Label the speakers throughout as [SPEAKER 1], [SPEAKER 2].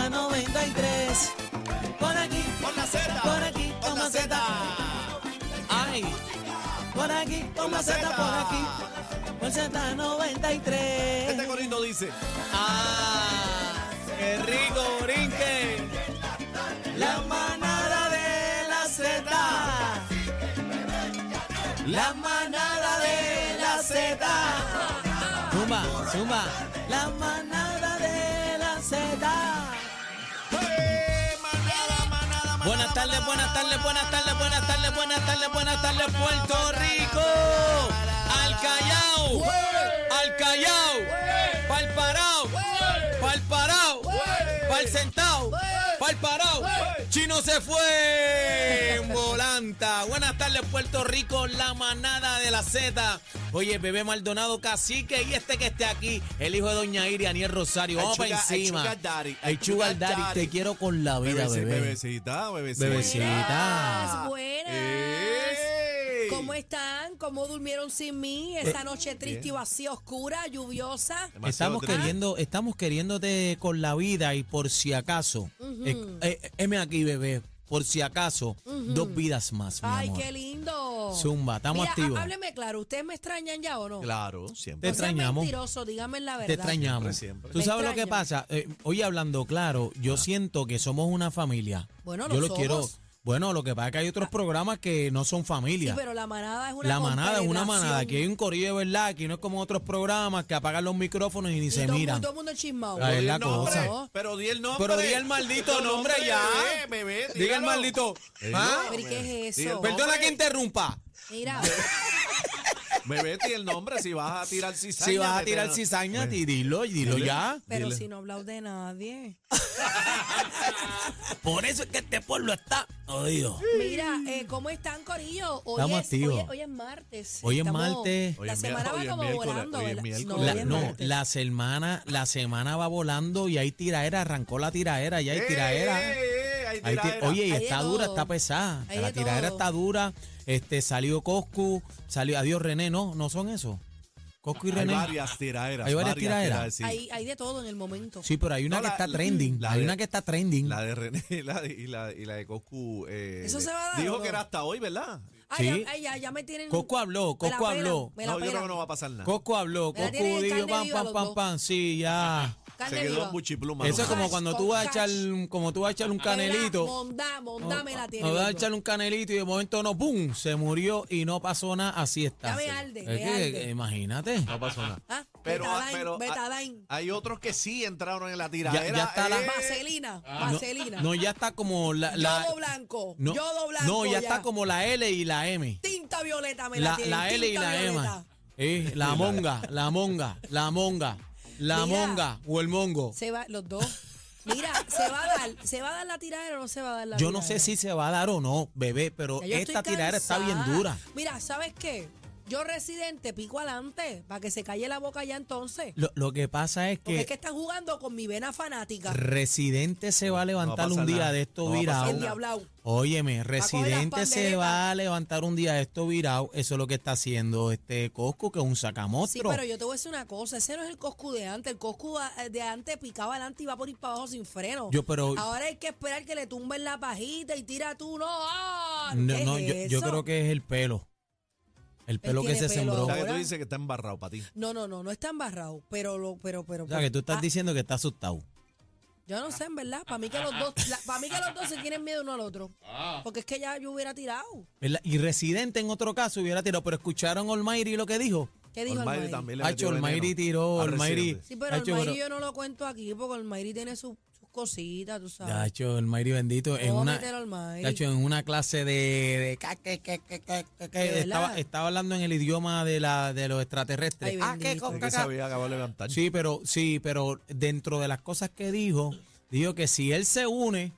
[SPEAKER 1] Z93. Por aquí,
[SPEAKER 2] Por la Z.
[SPEAKER 1] por aquí,
[SPEAKER 2] Por
[SPEAKER 1] con
[SPEAKER 2] la
[SPEAKER 1] la
[SPEAKER 2] Z.
[SPEAKER 1] Z.
[SPEAKER 2] Ay.
[SPEAKER 1] por aquí, con la Z, por aquí. Por
[SPEAKER 2] Este
[SPEAKER 1] Z93.
[SPEAKER 2] corrido dice. Ah. Qué rico brinque.
[SPEAKER 1] La manada de la Z. La manada de la Z.
[SPEAKER 2] Zumba, zumba.
[SPEAKER 1] La manada de la Z.
[SPEAKER 2] ¡Eh, manada, manada, manada,
[SPEAKER 3] Buenas tardes,
[SPEAKER 2] manada,
[SPEAKER 3] buenas tardes, buenas tardes, buenas tardes, buenas tardes, buenas tardes, Puerto Rico. Al Callao, al Callao, pa'l Parao, pa'l Parao, pa'l Sentao, pa'l Parao. Chino se fue en volanta. Buenas tardes, Puerto Rico, la manada de la Z. Oye, bebé Maldonado Cacique y este que esté aquí, el hijo de Doña Iri, Aniel Rosario.
[SPEAKER 2] El
[SPEAKER 3] Vamos para
[SPEAKER 2] sugar- el
[SPEAKER 3] encima.
[SPEAKER 2] sugar daddy,
[SPEAKER 3] El Sugar Daddy, te quiero con la vida,
[SPEAKER 2] Bebece-
[SPEAKER 3] bebé.
[SPEAKER 2] Bebecita, bebecita.
[SPEAKER 3] Bebecita.
[SPEAKER 4] Buenas, buenas.
[SPEAKER 2] ¡Ey!
[SPEAKER 4] ¿Cómo están? ¿Cómo durmieron sin mí?
[SPEAKER 3] Eh,
[SPEAKER 4] Esta noche triste y vacía, oscura, lluviosa.
[SPEAKER 2] Demasiado
[SPEAKER 3] Estamos
[SPEAKER 2] triste.
[SPEAKER 3] queriendo, estamos queriéndote con la vida y por si acaso, eh, eh, heme aquí, bebé, por si acaso, dos vidas más, mi
[SPEAKER 4] Ay,
[SPEAKER 3] amor.
[SPEAKER 4] qué lindo.
[SPEAKER 3] Zumba, estamos
[SPEAKER 4] Mira,
[SPEAKER 3] activos.
[SPEAKER 4] há- Hábleme claro, ¿ustedes me extrañan ya o no?
[SPEAKER 2] Claro,
[SPEAKER 3] Te
[SPEAKER 2] siempre.
[SPEAKER 4] No sean
[SPEAKER 3] extrañamos.
[SPEAKER 4] mentiroso, díganme la verdad.
[SPEAKER 3] Te extrañamos.
[SPEAKER 2] siempre. Ah.
[SPEAKER 3] Tú
[SPEAKER 4] Me
[SPEAKER 3] sabes lo que
[SPEAKER 4] extraña.
[SPEAKER 3] pasa. Eh, hoy hablando claro, yo siento que somos una familia.
[SPEAKER 4] Bueno, lo
[SPEAKER 3] yo lo
[SPEAKER 4] somos.
[SPEAKER 3] quiero. Bueno, lo que pasa es que hay otros programas que no son
[SPEAKER 4] Sí,
[SPEAKER 3] familia.
[SPEAKER 4] pero la manada es una
[SPEAKER 3] la manada es una
[SPEAKER 4] confederación.
[SPEAKER 3] manada. Aquí hay un corillo de verdad. Aquí no es como otros programas que apagan los micrófonos y ni
[SPEAKER 4] Y
[SPEAKER 3] se
[SPEAKER 4] todo, el
[SPEAKER 3] miran.
[SPEAKER 4] mundo- todo el mundo chismado.
[SPEAKER 3] Ahí
[SPEAKER 2] Pero
[SPEAKER 3] es
[SPEAKER 2] di
[SPEAKER 3] la
[SPEAKER 2] el nombre,
[SPEAKER 3] cosa.
[SPEAKER 2] Pero di el nombre.
[SPEAKER 3] Pero di el maldito nombre ya.
[SPEAKER 2] Bebé, bebé,
[SPEAKER 3] Diga el
[SPEAKER 2] dígalo.
[SPEAKER 3] maldito.
[SPEAKER 2] ¿Eh?
[SPEAKER 3] ¿Ah?
[SPEAKER 4] Pero ¿y qué es
[SPEAKER 2] Sí,
[SPEAKER 4] eso?
[SPEAKER 2] el-
[SPEAKER 3] Perdona que interrumpa.
[SPEAKER 4] Mira,
[SPEAKER 2] Bebé, di el nombre si vas a tirar cizaña.
[SPEAKER 3] Si vas a
[SPEAKER 2] te-
[SPEAKER 3] tirar
[SPEAKER 2] te-
[SPEAKER 3] cizaña, ti- dilo, y dilo ya.
[SPEAKER 4] pero
[SPEAKER 2] Dile.
[SPEAKER 4] si no hablado de nadie.
[SPEAKER 3] Por eso es que este pueblo está jodido.
[SPEAKER 4] Mira, eh, ¿cómo están, Corillo? Hoy
[SPEAKER 3] Estamos
[SPEAKER 4] es,
[SPEAKER 3] activos.
[SPEAKER 4] Hoy, es- hoy es martes.
[SPEAKER 3] Hoy es martes.
[SPEAKER 2] Hoy
[SPEAKER 4] La
[SPEAKER 2] es miércoles,
[SPEAKER 4] semana
[SPEAKER 2] hoy
[SPEAKER 4] va
[SPEAKER 2] es
[SPEAKER 4] como
[SPEAKER 2] miércoles,
[SPEAKER 4] volando,
[SPEAKER 2] hoy es
[SPEAKER 4] ¿verdad?
[SPEAKER 2] miércoles.
[SPEAKER 3] La-
[SPEAKER 4] hoy es
[SPEAKER 3] no,
[SPEAKER 4] martes.
[SPEAKER 3] la semana, la semana va volando y hay tiraera, arrancó la tiraera, ya hay
[SPEAKER 2] ¡Eh,
[SPEAKER 3] tiraera.
[SPEAKER 2] eh, eh, hay
[SPEAKER 3] Hay ti-
[SPEAKER 2] tiraera.
[SPEAKER 3] oye, y
[SPEAKER 4] Hay de
[SPEAKER 3] está dura,
[SPEAKER 4] todo.
[SPEAKER 3] está pesada.
[SPEAKER 4] Hay
[SPEAKER 3] La
[SPEAKER 4] de
[SPEAKER 3] tiraera
[SPEAKER 4] todo.
[SPEAKER 3] está dura. Este salió Coscu, salió adiós René, no, no son esos. Coscu y
[SPEAKER 2] hay
[SPEAKER 3] René.
[SPEAKER 2] varias tiraderas.
[SPEAKER 3] Hay varias tiraderas.
[SPEAKER 2] sí.
[SPEAKER 4] hay, hay de todo en el momento.
[SPEAKER 3] Sí, pero hay una
[SPEAKER 2] No,
[SPEAKER 3] que
[SPEAKER 2] la-
[SPEAKER 3] está
[SPEAKER 2] la-
[SPEAKER 3] trending.
[SPEAKER 2] la
[SPEAKER 3] hay
[SPEAKER 2] de-
[SPEAKER 3] una que está trending.
[SPEAKER 2] La de René y la, y la, y la de Coscu. eh,
[SPEAKER 4] Eso
[SPEAKER 2] de-
[SPEAKER 4] se va a dar, ¿o
[SPEAKER 2] Dijo
[SPEAKER 4] no?
[SPEAKER 2] que era hasta hoy, ¿verdad?
[SPEAKER 4] Ay,
[SPEAKER 3] sí.
[SPEAKER 4] ya, ay, ya, ya me tienen.
[SPEAKER 3] Coscu habló,
[SPEAKER 4] me la
[SPEAKER 3] Coscu
[SPEAKER 4] pelan,
[SPEAKER 3] habló.
[SPEAKER 4] Me la
[SPEAKER 2] no, yo creo
[SPEAKER 4] pelan.
[SPEAKER 2] que no va a pasar nada.
[SPEAKER 3] Coscu habló,
[SPEAKER 4] Me la
[SPEAKER 3] Coscu
[SPEAKER 4] tienen en
[SPEAKER 3] dijo
[SPEAKER 4] carne
[SPEAKER 3] pam,
[SPEAKER 4] viva
[SPEAKER 3] pam,
[SPEAKER 4] los
[SPEAKER 3] pam,
[SPEAKER 4] dos.
[SPEAKER 3] pam, sí, ya.
[SPEAKER 4] Carne
[SPEAKER 2] Se quedó
[SPEAKER 4] viva.
[SPEAKER 2] en buchipluma.
[SPEAKER 3] Eso es
[SPEAKER 2] ¿no?
[SPEAKER 3] como
[SPEAKER 4] hash,
[SPEAKER 3] cuando tú
[SPEAKER 4] con
[SPEAKER 3] vas a echar,
[SPEAKER 4] hash.
[SPEAKER 3] como tú vas a echar un canelito.
[SPEAKER 4] Mondá, mondá, me la
[SPEAKER 3] No
[SPEAKER 4] tienen.
[SPEAKER 3] vas a
[SPEAKER 4] loco.
[SPEAKER 3] echar un canelito y de momento no, ¡pum! Se murió y no pasó nada, así está.
[SPEAKER 4] Ya me arde,
[SPEAKER 3] Es
[SPEAKER 4] me
[SPEAKER 3] que,
[SPEAKER 4] arde.
[SPEAKER 3] eh, imagínate.
[SPEAKER 2] No pasó nada.
[SPEAKER 4] Ah,
[SPEAKER 2] Pero,
[SPEAKER 4] Betadine,
[SPEAKER 2] pero
[SPEAKER 4] Betadine.
[SPEAKER 2] hay otros que sí entraron en la tiradera. Eh,
[SPEAKER 3] Ya- ya está la-
[SPEAKER 4] Vaselina,
[SPEAKER 3] Ah, No,
[SPEAKER 4] Ah, vaselina.
[SPEAKER 3] no, ya está como la... la-
[SPEAKER 4] yodo blanco,
[SPEAKER 3] no,
[SPEAKER 4] yodo blanco.
[SPEAKER 3] no, ya, está como la L y la M.
[SPEAKER 4] Tinta violeta me la,
[SPEAKER 3] La,
[SPEAKER 4] tienen.
[SPEAKER 3] la L y
[SPEAKER 4] tinta
[SPEAKER 3] la E M.
[SPEAKER 4] violeta.
[SPEAKER 3] Eh, la monga, la monga, la monga, la
[SPEAKER 4] Mira.
[SPEAKER 3] monga o el mongo.
[SPEAKER 4] Se va, los dos. Mira, se va a dar, se va a dar la tiradera o no se va a dar la
[SPEAKER 3] Yo no
[SPEAKER 4] tiradera?
[SPEAKER 3] sé si se va a dar o no, bebé, pero
[SPEAKER 4] Ya yo estoy
[SPEAKER 3] esta tiradera está bien
[SPEAKER 4] cansada.
[SPEAKER 3] dura.
[SPEAKER 4] Mira, ¿sabes qué? Yo residente pico adelante para que se calle la boca ya entonces.
[SPEAKER 3] Lo, lo que pasa es
[SPEAKER 4] Porque
[SPEAKER 3] que
[SPEAKER 4] es que están jugando con mi vena fanática.
[SPEAKER 3] Residente se va a levantar
[SPEAKER 2] pasar
[SPEAKER 3] un día
[SPEAKER 2] nada.
[SPEAKER 3] de esto
[SPEAKER 2] No va a pasar
[SPEAKER 3] virado.
[SPEAKER 4] El diablao.
[SPEAKER 3] Óyeme,
[SPEAKER 4] las
[SPEAKER 3] Residente se
[SPEAKER 4] panderetas.
[SPEAKER 3] va a levantar un día de esto virado. Eso es lo que está haciendo este Cosco, que es un
[SPEAKER 4] Sí,
[SPEAKER 3] sacamostro.
[SPEAKER 4] pero yo te voy a decir una cosa, ese no es el Coscu de antes, el Coscu a- eh, de antes picaba adelante y va por ir para abajo sin freno.
[SPEAKER 3] Yo, pero-
[SPEAKER 4] Ahora hay que esperar que le tumben la pajita y tira tú, no. ah,
[SPEAKER 3] no,
[SPEAKER 4] ¿qué
[SPEAKER 3] no,
[SPEAKER 4] es
[SPEAKER 3] yo, yo
[SPEAKER 4] eso?
[SPEAKER 3] creo que es el pelo. El pelo que
[SPEAKER 4] tiene
[SPEAKER 3] se
[SPEAKER 4] pelo
[SPEAKER 3] sembró.
[SPEAKER 2] O sea,
[SPEAKER 3] O
[SPEAKER 2] que tú
[SPEAKER 4] Ahora-
[SPEAKER 2] dices que está embarrado para ti.
[SPEAKER 4] No, no, no, no está embarrado, pero lo pero pero
[SPEAKER 3] sea, que tú estás
[SPEAKER 4] Ah,
[SPEAKER 3] diciendo que está asustado.
[SPEAKER 4] Yo no sé, en verdad, para mí que los dos para mí que los dos se tienen miedo uno al otro.
[SPEAKER 2] Ah.
[SPEAKER 4] Porque es que ya yo hubiera tirado.
[SPEAKER 3] ¿verdad? Y Residente en otro caso hubiera tirado, pero escucharon Olmairi lo que dijo.
[SPEAKER 4] ¿Qué dijo
[SPEAKER 2] Almighty
[SPEAKER 4] Almighty?
[SPEAKER 2] también le
[SPEAKER 3] Hacho,
[SPEAKER 2] metió
[SPEAKER 3] Olmairi
[SPEAKER 2] veneno
[SPEAKER 3] tiró,
[SPEAKER 2] al
[SPEAKER 3] Olmairi.
[SPEAKER 2] residente.
[SPEAKER 4] Sí, pero
[SPEAKER 3] Hacho,
[SPEAKER 4] Almighty yo no lo cuento aquí porque Almighty tiene sus sus cositas, tú sabes.
[SPEAKER 3] Chacho, el Mayri bendito. En
[SPEAKER 4] ¿Cómo
[SPEAKER 3] una,
[SPEAKER 4] meter al Mayri?
[SPEAKER 3] Chacho, en una clase de. de ca- que- que- que- que- que- que-
[SPEAKER 4] ¿De
[SPEAKER 3] estaba,
[SPEAKER 4] verdad?
[SPEAKER 3] estaba hablando en el idioma de, la, de los
[SPEAKER 4] Ay,
[SPEAKER 3] extraterrestres. Ah, que
[SPEAKER 4] bendito.
[SPEAKER 3] con
[SPEAKER 2] Es que
[SPEAKER 3] caca.
[SPEAKER 2] sabía que va a levantar.
[SPEAKER 3] Sí, pero, sí, pero dentro de las cosas que dijo, dijo que si él se une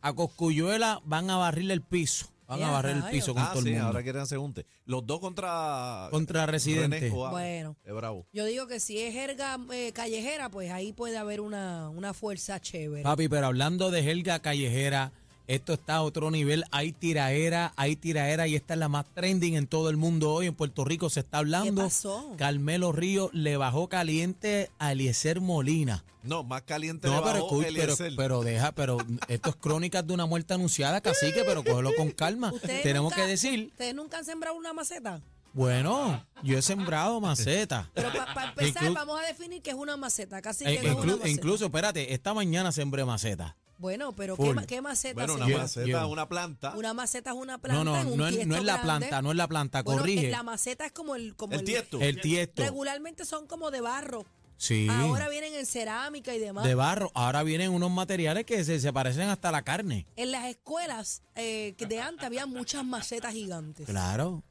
[SPEAKER 3] a Coscuyuela, van a barrirle el piso. Van
[SPEAKER 4] Ya,
[SPEAKER 3] a barrer el
[SPEAKER 4] rayos.
[SPEAKER 3] piso con
[SPEAKER 2] Ah,
[SPEAKER 3] todo
[SPEAKER 2] sí,
[SPEAKER 3] el mundo.
[SPEAKER 2] ahora quieren hacer un te. Los dos contra.
[SPEAKER 3] Contra Residente.
[SPEAKER 2] René Escobar.
[SPEAKER 4] Bueno.
[SPEAKER 2] Es bravo.
[SPEAKER 4] Yo digo que si es jerga eh, callejera, pues ahí puede haber una, una fuerza chévere.
[SPEAKER 3] Papi, pero hablando de jerga callejera Esto está a otro nivel. Hay tiraera, hay tiraera y esta es la más trending en todo el mundo hoy. En Puerto Rico se está hablando.
[SPEAKER 4] pasó?
[SPEAKER 3] Carmelo Río le bajó caliente a Eliezer Molina.
[SPEAKER 2] No, más caliente
[SPEAKER 3] No,
[SPEAKER 2] le
[SPEAKER 3] pero,
[SPEAKER 2] bajó
[SPEAKER 3] escucha, pero,
[SPEAKER 2] Eliezer.
[SPEAKER 3] pero deja, pero esto es crónicas de una muerte anunciada, cacique, pero cógelo con calma.
[SPEAKER 4] Ustedes
[SPEAKER 3] Tenemos
[SPEAKER 4] nunca-
[SPEAKER 3] que decir,
[SPEAKER 4] Ustedes nunca han sembrado una maceta.
[SPEAKER 3] bueno, yo he sembrado maceta.
[SPEAKER 4] Pero para empezar,
[SPEAKER 3] Inclu-
[SPEAKER 4] vamos a definir qué es una maceta. Casi
[SPEAKER 3] E-
[SPEAKER 4] que no es una
[SPEAKER 3] inclu-
[SPEAKER 4] maceta.
[SPEAKER 3] incluso, espérate, esta mañana sembré maceta.
[SPEAKER 4] Bueno, pero
[SPEAKER 3] Full.
[SPEAKER 4] ¿qué, ma- qué maceta?
[SPEAKER 2] bueno, una
[SPEAKER 4] señor?
[SPEAKER 3] ma-
[SPEAKER 2] maceta,
[SPEAKER 3] yeah.
[SPEAKER 2] una planta.
[SPEAKER 4] Una maceta es una
[SPEAKER 3] No,
[SPEAKER 4] planta.
[SPEAKER 3] no,
[SPEAKER 4] en un
[SPEAKER 3] no, es- no
[SPEAKER 4] tiesto
[SPEAKER 3] es la
[SPEAKER 4] grande.
[SPEAKER 3] planta, no es la planta,
[SPEAKER 4] Bueno,
[SPEAKER 3] corrige.
[SPEAKER 4] eh, la maceta es como el. Como
[SPEAKER 2] El tiesto.
[SPEAKER 3] El tiesto.
[SPEAKER 4] Regularmente son como de barro.
[SPEAKER 3] Sí.
[SPEAKER 4] Ahora vienen en cerámica y demás.
[SPEAKER 3] de barro. Ahora vienen unos materiales que se, se parecen hasta la carne.
[SPEAKER 4] en las escuelas eh, que de antes había muchas macetas gigantes.
[SPEAKER 3] Claro.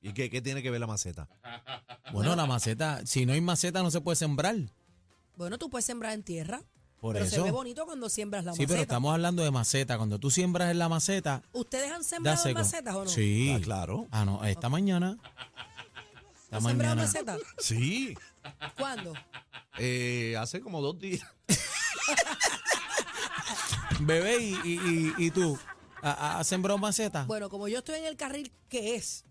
[SPEAKER 2] ¿Y qué, qué tiene que ver la maceta?
[SPEAKER 3] Bueno, la maceta, si no hay maceta no se puede sembrar.
[SPEAKER 4] Bueno, tú puedes sembrar en tierra.
[SPEAKER 3] Por
[SPEAKER 4] pero se
[SPEAKER 3] eso.
[SPEAKER 4] ve bonito cuando siembras la
[SPEAKER 3] sí, pero
[SPEAKER 4] maceta.
[SPEAKER 3] estamos hablando de maceta. Cuando tú siembras en la maceta,
[SPEAKER 4] ¿Ustedes han
[SPEAKER 3] da
[SPEAKER 4] sembrado
[SPEAKER 3] seco.
[SPEAKER 4] macetas o no?
[SPEAKER 3] Sí.
[SPEAKER 2] Ah, claro.
[SPEAKER 3] Ah, no, esta mañana. Esta
[SPEAKER 4] ¿Han sembrado
[SPEAKER 3] mañana.
[SPEAKER 4] macetas?
[SPEAKER 2] Sí.
[SPEAKER 4] ¿Cuándo?
[SPEAKER 2] Eh, hace como dos días.
[SPEAKER 3] Bebé, y, y- y- y tú, ¿ha- ha- ¿has sembrado maceta?
[SPEAKER 4] Bueno, como yo estoy en el carril que es.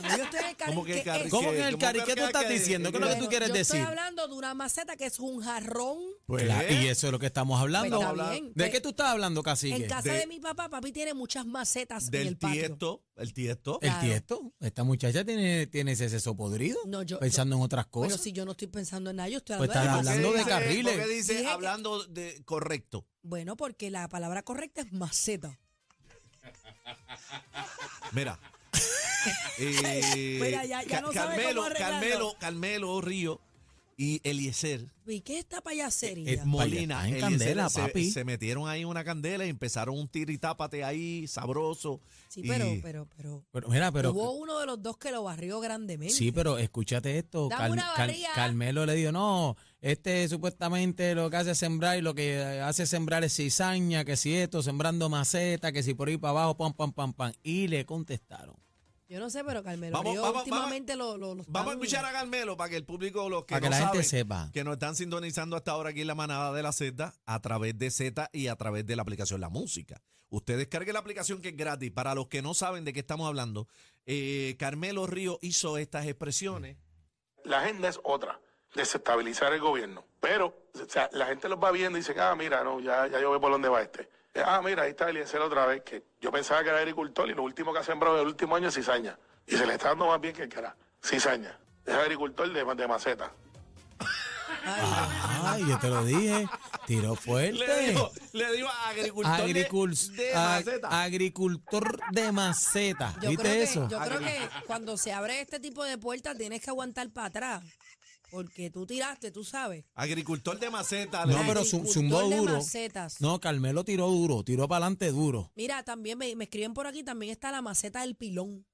[SPEAKER 4] Como yo estoy en el carril
[SPEAKER 2] ¿Cómo que el
[SPEAKER 4] que
[SPEAKER 2] carril
[SPEAKER 4] es.
[SPEAKER 3] ¿Cómo
[SPEAKER 2] que-
[SPEAKER 3] que en el
[SPEAKER 2] como
[SPEAKER 3] cari?
[SPEAKER 2] que-
[SPEAKER 3] ¿Qué tú
[SPEAKER 2] que-
[SPEAKER 3] estás
[SPEAKER 2] que-
[SPEAKER 3] diciendo? ¿Qué es lo que
[SPEAKER 4] Bueno,
[SPEAKER 3] tú quieres
[SPEAKER 4] yo
[SPEAKER 3] decir?
[SPEAKER 4] Estoy hablando de una maceta que es un jarrón.
[SPEAKER 2] Pues,
[SPEAKER 3] Claro, y eso es lo que estamos hablando.
[SPEAKER 4] Pues está bien.
[SPEAKER 3] ¿De qué tú estás hablando,
[SPEAKER 4] En
[SPEAKER 3] cacique?
[SPEAKER 4] casa
[SPEAKER 2] de-
[SPEAKER 4] de, mi papá, papi tiene muchas macetas en
[SPEAKER 2] del
[SPEAKER 4] el patio.
[SPEAKER 2] tiesto, el tiesto.
[SPEAKER 3] El
[SPEAKER 4] Claro.
[SPEAKER 3] tiesto. Esta muchacha tiene, tiene ese seso podrido.
[SPEAKER 4] No, yo-
[SPEAKER 3] pensando en otras
[SPEAKER 4] Pero
[SPEAKER 3] cosas.
[SPEAKER 4] si yo no estoy pensando en nada, yo estoy
[SPEAKER 3] Pues
[SPEAKER 4] hablando
[SPEAKER 3] estás
[SPEAKER 4] de
[SPEAKER 2] ¿Por qué
[SPEAKER 3] hablando de
[SPEAKER 4] maceta.
[SPEAKER 2] dice-
[SPEAKER 3] carriles.
[SPEAKER 2] ¿Por qué
[SPEAKER 4] Dije
[SPEAKER 2] dice
[SPEAKER 4] que-
[SPEAKER 2] hablando de correcto?
[SPEAKER 4] Bueno, porque la palabra correcta es maceta.
[SPEAKER 2] Mira. Eh,
[SPEAKER 4] Mira, ya- ya
[SPEAKER 2] Ca-
[SPEAKER 4] no sabe
[SPEAKER 2] Carmelo,
[SPEAKER 4] cómo arreglarlo.
[SPEAKER 2] Carmelo, Carmelo Río y Eliezer
[SPEAKER 4] ¿Y qué esta payasería?
[SPEAKER 3] Eh, eh,
[SPEAKER 2] Molina.
[SPEAKER 3] Vaya, está en
[SPEAKER 2] Eliezer,
[SPEAKER 3] candela,
[SPEAKER 2] se,
[SPEAKER 3] papi.
[SPEAKER 2] se metieron ahí en una candela y empezaron un tiritápate ahí, sabroso.
[SPEAKER 4] sí,
[SPEAKER 2] y-
[SPEAKER 4] pero, pero, pero,
[SPEAKER 3] Pero, mira, pero.
[SPEAKER 4] Hubo uno de los dos que lo barrió grandemente.
[SPEAKER 3] Sí, pero escúchate esto.
[SPEAKER 4] Dame una barriga.
[SPEAKER 3] Carmelo le dijo, no, este supuestamente lo que hace es sembrar y lo que hace es sembrar es cizaña, que si esto, sembrando maceta, que si por ahí para abajo, pam, pam, pam, pam. Y le contestaron.
[SPEAKER 4] Yo no sé, pero Carmelo
[SPEAKER 2] Vamos,
[SPEAKER 4] Río
[SPEAKER 2] vamos,
[SPEAKER 4] últimamente lo, lo, lo
[SPEAKER 2] Vamos a
[SPEAKER 4] están-
[SPEAKER 2] escuchar a Carmelo para que el público, los que
[SPEAKER 3] Para que
[SPEAKER 2] no
[SPEAKER 3] la gente
[SPEAKER 2] saben,
[SPEAKER 3] sepa.
[SPEAKER 2] que nos están sintonizando hasta ahora aquí en la manada de la Z, a través de Z y a través de la aplicación La Música. Usted descargue la aplicación que es gratis. Para los que no saben de qué estamos hablando, eh, Carmelo Río hizo estas expresiones.
[SPEAKER 5] La agenda es otra, desestabilizar el gobierno. Pero, o sea, la gente los va viendo y dicen, ah, mira, no, ya, ya yo veo por dónde va este. Eh, Ah, mira, ahí está Eliezer otra vez, que yo pensaba que era agricultor y lo último que ha sembrado en el último año es cizaña. Y se le está dando más bien que el cara. Cizaña. Es agricultor de, de maceta.
[SPEAKER 3] Ay, yo te lo dije. Tiró fuerte.
[SPEAKER 2] Le dijo, le dijo a agricultor de-
[SPEAKER 3] Agricul-
[SPEAKER 2] de
[SPEAKER 3] a-
[SPEAKER 2] maceta.
[SPEAKER 3] agricultor de maceta.
[SPEAKER 4] Yo
[SPEAKER 3] ¿Viste
[SPEAKER 4] creo, que,
[SPEAKER 3] eso? Ah,
[SPEAKER 4] yo creo que cuando se abre este tipo de puertas tienes que aguantar para atrás. Porque tú tiraste, tú sabes.
[SPEAKER 2] Agricultor de maceta. le
[SPEAKER 3] No,
[SPEAKER 2] dijo.
[SPEAKER 3] pero zum- zumbó
[SPEAKER 4] Agricultor de
[SPEAKER 3] duro.
[SPEAKER 4] macetas.
[SPEAKER 3] No, Carmelo tiró duro, tiró para adelante duro.
[SPEAKER 4] Mira, también me, me escriben por aquí, también está la maceta del pilón.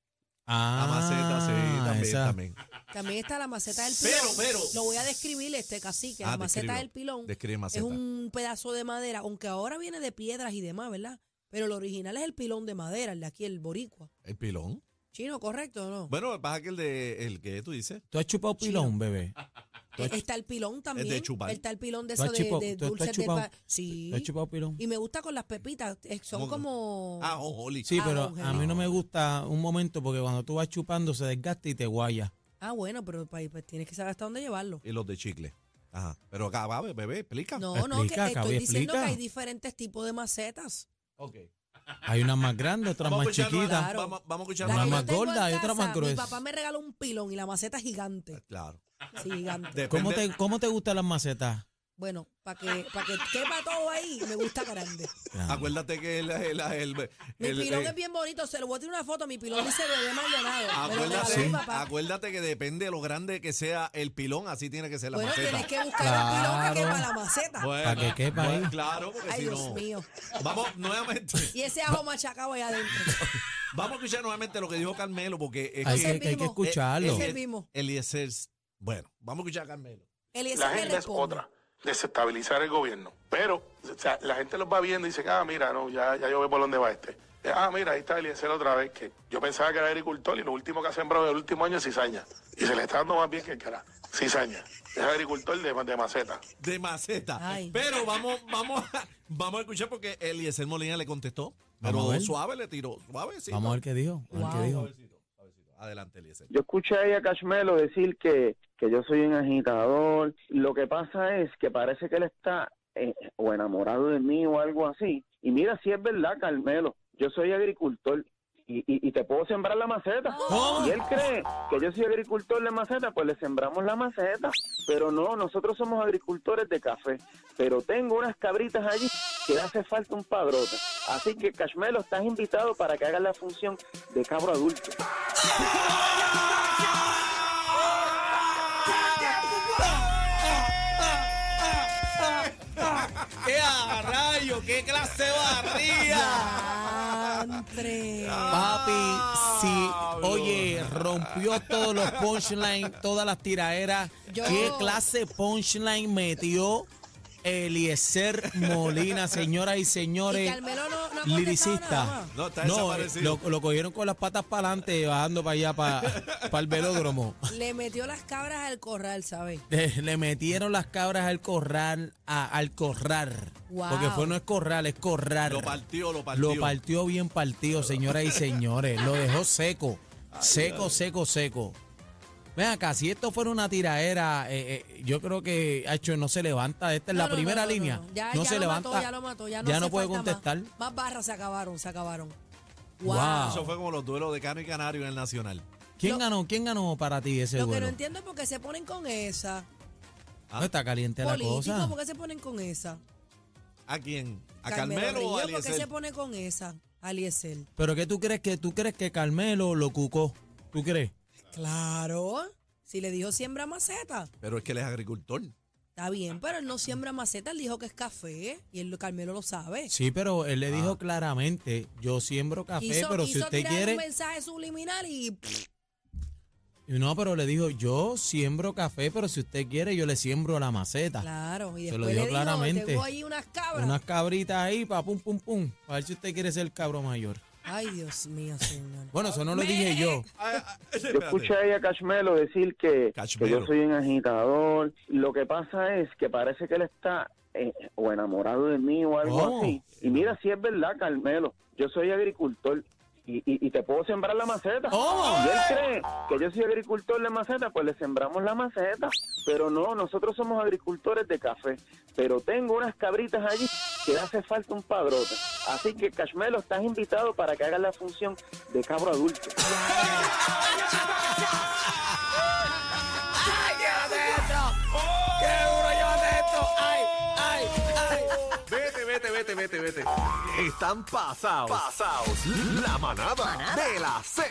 [SPEAKER 3] Ah,
[SPEAKER 2] La maceta, sí, también,
[SPEAKER 3] esa.
[SPEAKER 2] también.
[SPEAKER 4] También está la maceta del pilón.
[SPEAKER 2] Pero, pero.
[SPEAKER 4] Lo voy a describir este cacique.
[SPEAKER 2] Ah,
[SPEAKER 4] la maceta
[SPEAKER 2] descríbelo.
[SPEAKER 4] del pilón
[SPEAKER 2] Describe
[SPEAKER 4] es
[SPEAKER 2] maceta.
[SPEAKER 4] un pedazo de madera, aunque ahora viene de piedras y demás, ¿verdad? Pero lo original es el pilón de madera, el de aquí, el boricua.
[SPEAKER 2] El pilón.
[SPEAKER 4] Chino, ¿correcto o no?
[SPEAKER 2] Bueno, pasa que el de el que tú dices.
[SPEAKER 3] ¿Tú has chupado pilón, bebé?
[SPEAKER 4] Eh, está el pilón también.
[SPEAKER 2] de chupar.
[SPEAKER 4] Está el pilón de
[SPEAKER 3] ¿Tú
[SPEAKER 4] eso
[SPEAKER 3] has
[SPEAKER 4] de,
[SPEAKER 3] chupado-
[SPEAKER 4] de
[SPEAKER 3] tú- tú has
[SPEAKER 4] dulces de
[SPEAKER 3] chupado-
[SPEAKER 4] pa- Sí.
[SPEAKER 3] ¿Tú has chupado pilón?
[SPEAKER 4] Y me gusta con las pepitas. eh, Son
[SPEAKER 2] ¿Cómo?
[SPEAKER 4] como.
[SPEAKER 2] Ah, ojoli.
[SPEAKER 3] Sí,
[SPEAKER 4] Ah,
[SPEAKER 3] pero
[SPEAKER 4] Ángel.
[SPEAKER 3] a mí no me gusta un momento porque cuando tú vas chupando se desgasta y te guaya.
[SPEAKER 4] Ah, bueno, pero pa- pues, tienes que saber hasta dónde llevarlo.
[SPEAKER 2] Y los de chicle. Ajá. Pero acá va, bebé, explica.
[SPEAKER 4] No, no, que
[SPEAKER 3] Explica,
[SPEAKER 4] te estoy
[SPEAKER 3] Gaby,
[SPEAKER 4] diciendo que
[SPEAKER 3] explica.
[SPEAKER 4] hay diferentes tipos de macetas.
[SPEAKER 3] Hay unas más grandes, otras
[SPEAKER 2] Vamos a
[SPEAKER 3] más
[SPEAKER 2] escucharlo,
[SPEAKER 3] chiquitas.
[SPEAKER 4] Claro.
[SPEAKER 2] Vamos, vamos a escuchar
[SPEAKER 3] La
[SPEAKER 2] una
[SPEAKER 3] que
[SPEAKER 2] más.
[SPEAKER 3] más gorda y otra más
[SPEAKER 4] Mi
[SPEAKER 3] gruesa.
[SPEAKER 4] papá me regaló un pilón y la maceta es gigante.
[SPEAKER 2] Claro.
[SPEAKER 4] Sí, gigante.
[SPEAKER 2] Depende-
[SPEAKER 3] ¿Cómo te, ¿Cómo te gustan las macetas?
[SPEAKER 4] Bueno, para que, pa' que quepa todo ahí, me gusta grande.
[SPEAKER 2] Acuérdate que el, el, el,
[SPEAKER 4] Mi
[SPEAKER 2] el- eh,
[SPEAKER 4] pilón
[SPEAKER 2] el-
[SPEAKER 4] es bien bonito, se lo voy a tirar una foto. Mi pilón dice bebé Maldonado. Me lo regaló
[SPEAKER 2] Acuérdate,
[SPEAKER 4] mi papá.
[SPEAKER 2] acuérdate que depende de lo grande que sea el pilón, así tiene que ser la
[SPEAKER 4] Bueno,
[SPEAKER 2] maceta.
[SPEAKER 4] tienes que buscar el pilón
[SPEAKER 3] Claro.
[SPEAKER 4] que quepa la maceta.
[SPEAKER 2] Bueno,
[SPEAKER 3] Para que quepa
[SPEAKER 2] bueno,
[SPEAKER 3] ahí.
[SPEAKER 2] Claro, porque
[SPEAKER 4] Ay,
[SPEAKER 2] si
[SPEAKER 4] Dios
[SPEAKER 2] no.
[SPEAKER 4] mío.
[SPEAKER 2] Vamos nuevamente.
[SPEAKER 4] Y ese ajo machacado allá adentro.
[SPEAKER 2] Vamos a escuchar nuevamente lo que dijo Carmelo, porque es
[SPEAKER 3] Hay
[SPEAKER 4] Ese
[SPEAKER 3] que, que hay que
[SPEAKER 4] mismo.
[SPEAKER 3] escucharlo.
[SPEAKER 4] Ese mismo.
[SPEAKER 2] Eliezer. Bueno, vamos a escuchar a Carmelo.
[SPEAKER 4] Eliezer
[SPEAKER 5] La
[SPEAKER 4] le
[SPEAKER 5] agenda es
[SPEAKER 4] responde.
[SPEAKER 5] otra, desestabilizar el gobierno. Pero o sea, la gente los va viendo y dicen, ah, mira, no, ya, ya yo veo por dónde va este. Eh, Ah, mira, ahí está Eliezer otra vez, que yo pensaba que era agricultor y lo último que ha sembrado en el último año es cizaña. Y se le está dando más bien que el cara. Cizaña. Es agricultor de, de maceta.
[SPEAKER 2] de maceta.
[SPEAKER 4] Ay.
[SPEAKER 2] Pero vamos, vamos, a, vamos a escuchar porque Eliezer Molina le contestó.
[SPEAKER 3] Vamos a
[SPEAKER 2] Pero
[SPEAKER 3] ver.
[SPEAKER 2] suave le tiró. Suave, sí.
[SPEAKER 3] Vamos a ver qué dijo. Vamos a ver qué dijo.
[SPEAKER 2] Suavecito, suavecito. Adelante, Eliezer.
[SPEAKER 6] Yo escuché ahí a Cashmelo decir que, que yo soy un agitador. Lo que pasa es que parece que él está eh, o enamorado de mí o algo así. Y mira, si es verdad, Carmelo, yo soy agricultor y, y- y te puedo sembrar la maceta.
[SPEAKER 2] Oh.
[SPEAKER 6] Y él cree que yo soy agricultor de maceta, pues le sembramos la maceta. Pero no, nosotros somos agricultores de café. Pero tengo unas cabritas allí que le hace falta un padrote. Así que, Cashmelo, estás invitado para que hagas la función de cabro adulto.
[SPEAKER 7] ¡Qué a rayo! ¡Qué clase de barría!
[SPEAKER 4] Diantre.
[SPEAKER 3] Papi, sí.
[SPEAKER 2] Diablo.
[SPEAKER 3] Oye, rompió todos los punchlines, todas las tiraderas.
[SPEAKER 4] Yo-
[SPEAKER 3] ¿Qué clase de punchline metió Eliezer Molina, señoras y
[SPEAKER 4] Y
[SPEAKER 3] señores?
[SPEAKER 4] Carmelo no, no ha contestado nada
[SPEAKER 3] Liricista.
[SPEAKER 4] más.
[SPEAKER 2] No, está
[SPEAKER 3] eh,
[SPEAKER 2] desaparecido.
[SPEAKER 3] lo, lo cogieron con las patas para adelante, bajando para allá, para el velódromo.
[SPEAKER 4] Le metió las cabras al corral, ¿sabes?
[SPEAKER 3] Le, le metieron las cabras al corral, a- al corral.
[SPEAKER 4] Wow.
[SPEAKER 3] Porque fue, no es corral, es corral.
[SPEAKER 2] Lo partió, lo partió.
[SPEAKER 3] Lo partió bien partido, señoras y señores. Lo dejó seco. Seco, seco, seco. Ven acá, si esto fuera una tiraera, eh, eh, yo creo que hecho no se levanta. Esta es
[SPEAKER 4] No,
[SPEAKER 3] la
[SPEAKER 4] no, no,
[SPEAKER 3] primera
[SPEAKER 4] no, no,
[SPEAKER 3] línea.
[SPEAKER 4] no. Ya-
[SPEAKER 3] no
[SPEAKER 4] ya
[SPEAKER 3] se
[SPEAKER 4] lo
[SPEAKER 3] levanta.
[SPEAKER 4] mató, ya lo mató, ya no hace
[SPEAKER 3] puede
[SPEAKER 4] falta más.
[SPEAKER 3] contestar.
[SPEAKER 4] Más barras se acabaron, se acabaron.
[SPEAKER 3] Wow.
[SPEAKER 4] Wow.
[SPEAKER 2] Eso fue como los duelos de Cano y Canario en el Nacional.
[SPEAKER 3] ¿Quién
[SPEAKER 4] Lo-
[SPEAKER 3] ganó? ¿Quién ganó para ti ese
[SPEAKER 4] Lo que no
[SPEAKER 3] duelo?
[SPEAKER 4] entiendo es por qué se ponen con esa.
[SPEAKER 3] No está caliente la
[SPEAKER 4] Político,
[SPEAKER 3] cosa.
[SPEAKER 4] ¿por qué se ponen con esa?
[SPEAKER 2] ¿A quién? ¿A Carmelo, o a
[SPEAKER 4] Ríos, ¿Por qué se
[SPEAKER 2] Eliezer?
[SPEAKER 4] pone con esa? Aliesel.
[SPEAKER 3] Pero qué tú crees que tú crees que Carmelo lo cucó. ¿Tú crees?
[SPEAKER 4] Claro. Si le dijo siembra maceta,
[SPEAKER 2] Pero es que él es agricultor.
[SPEAKER 4] está bien, pero él no siembra maceta, él dijo que es café y él, Carmelo lo sabe.
[SPEAKER 3] Sí, pero él le dijo claramente, yo siembro café,
[SPEAKER 4] Quiso-
[SPEAKER 3] pero si
[SPEAKER 4] quiso
[SPEAKER 3] usted
[SPEAKER 4] tirar
[SPEAKER 3] quiere
[SPEAKER 4] un mensaje subliminal y pff,
[SPEAKER 3] No, pero le dijo, yo siembro café, pero si usted quiere, yo le siembro la maceta.
[SPEAKER 4] claro, y
[SPEAKER 3] Ah, Se lo
[SPEAKER 4] después
[SPEAKER 3] dijo
[SPEAKER 4] le
[SPEAKER 3] claramente.
[SPEAKER 4] dijo, tengo ahí unas cabras.
[SPEAKER 3] Unas cabritas ahí, pa, pum, pum, pum. A ver si usted quiere ser el cabro mayor.
[SPEAKER 4] Ay, Dios mío, señor.
[SPEAKER 3] Bueno, eso no lo dije yo.
[SPEAKER 6] Yo escuché ahí a Cashmelo decir que, que
[SPEAKER 2] Cashmelo.
[SPEAKER 6] yo soy un agitador. Lo que pasa es que parece que él está eh, o enamorado de mí o algo
[SPEAKER 3] ¿Cómo?
[SPEAKER 6] así. Y mira, si es verdad, Carmelo, yo soy agricultor y, y- y te puedo sembrar la maceta.
[SPEAKER 3] ¿Cómo?
[SPEAKER 6] Y él cree que yo soy agricultor de maceta, pues le sembramos la maceta. Pero no, nosotros somos agricultores de café. Pero tengo unas cabritas allí que le hace falta un padrote. Así que, Cashmelo, estás invitado para que hagas la función de cabro adulto.
[SPEAKER 8] Vete, vete, vete, vete, vete. Están pasados. Pasados. La manada, de la Z.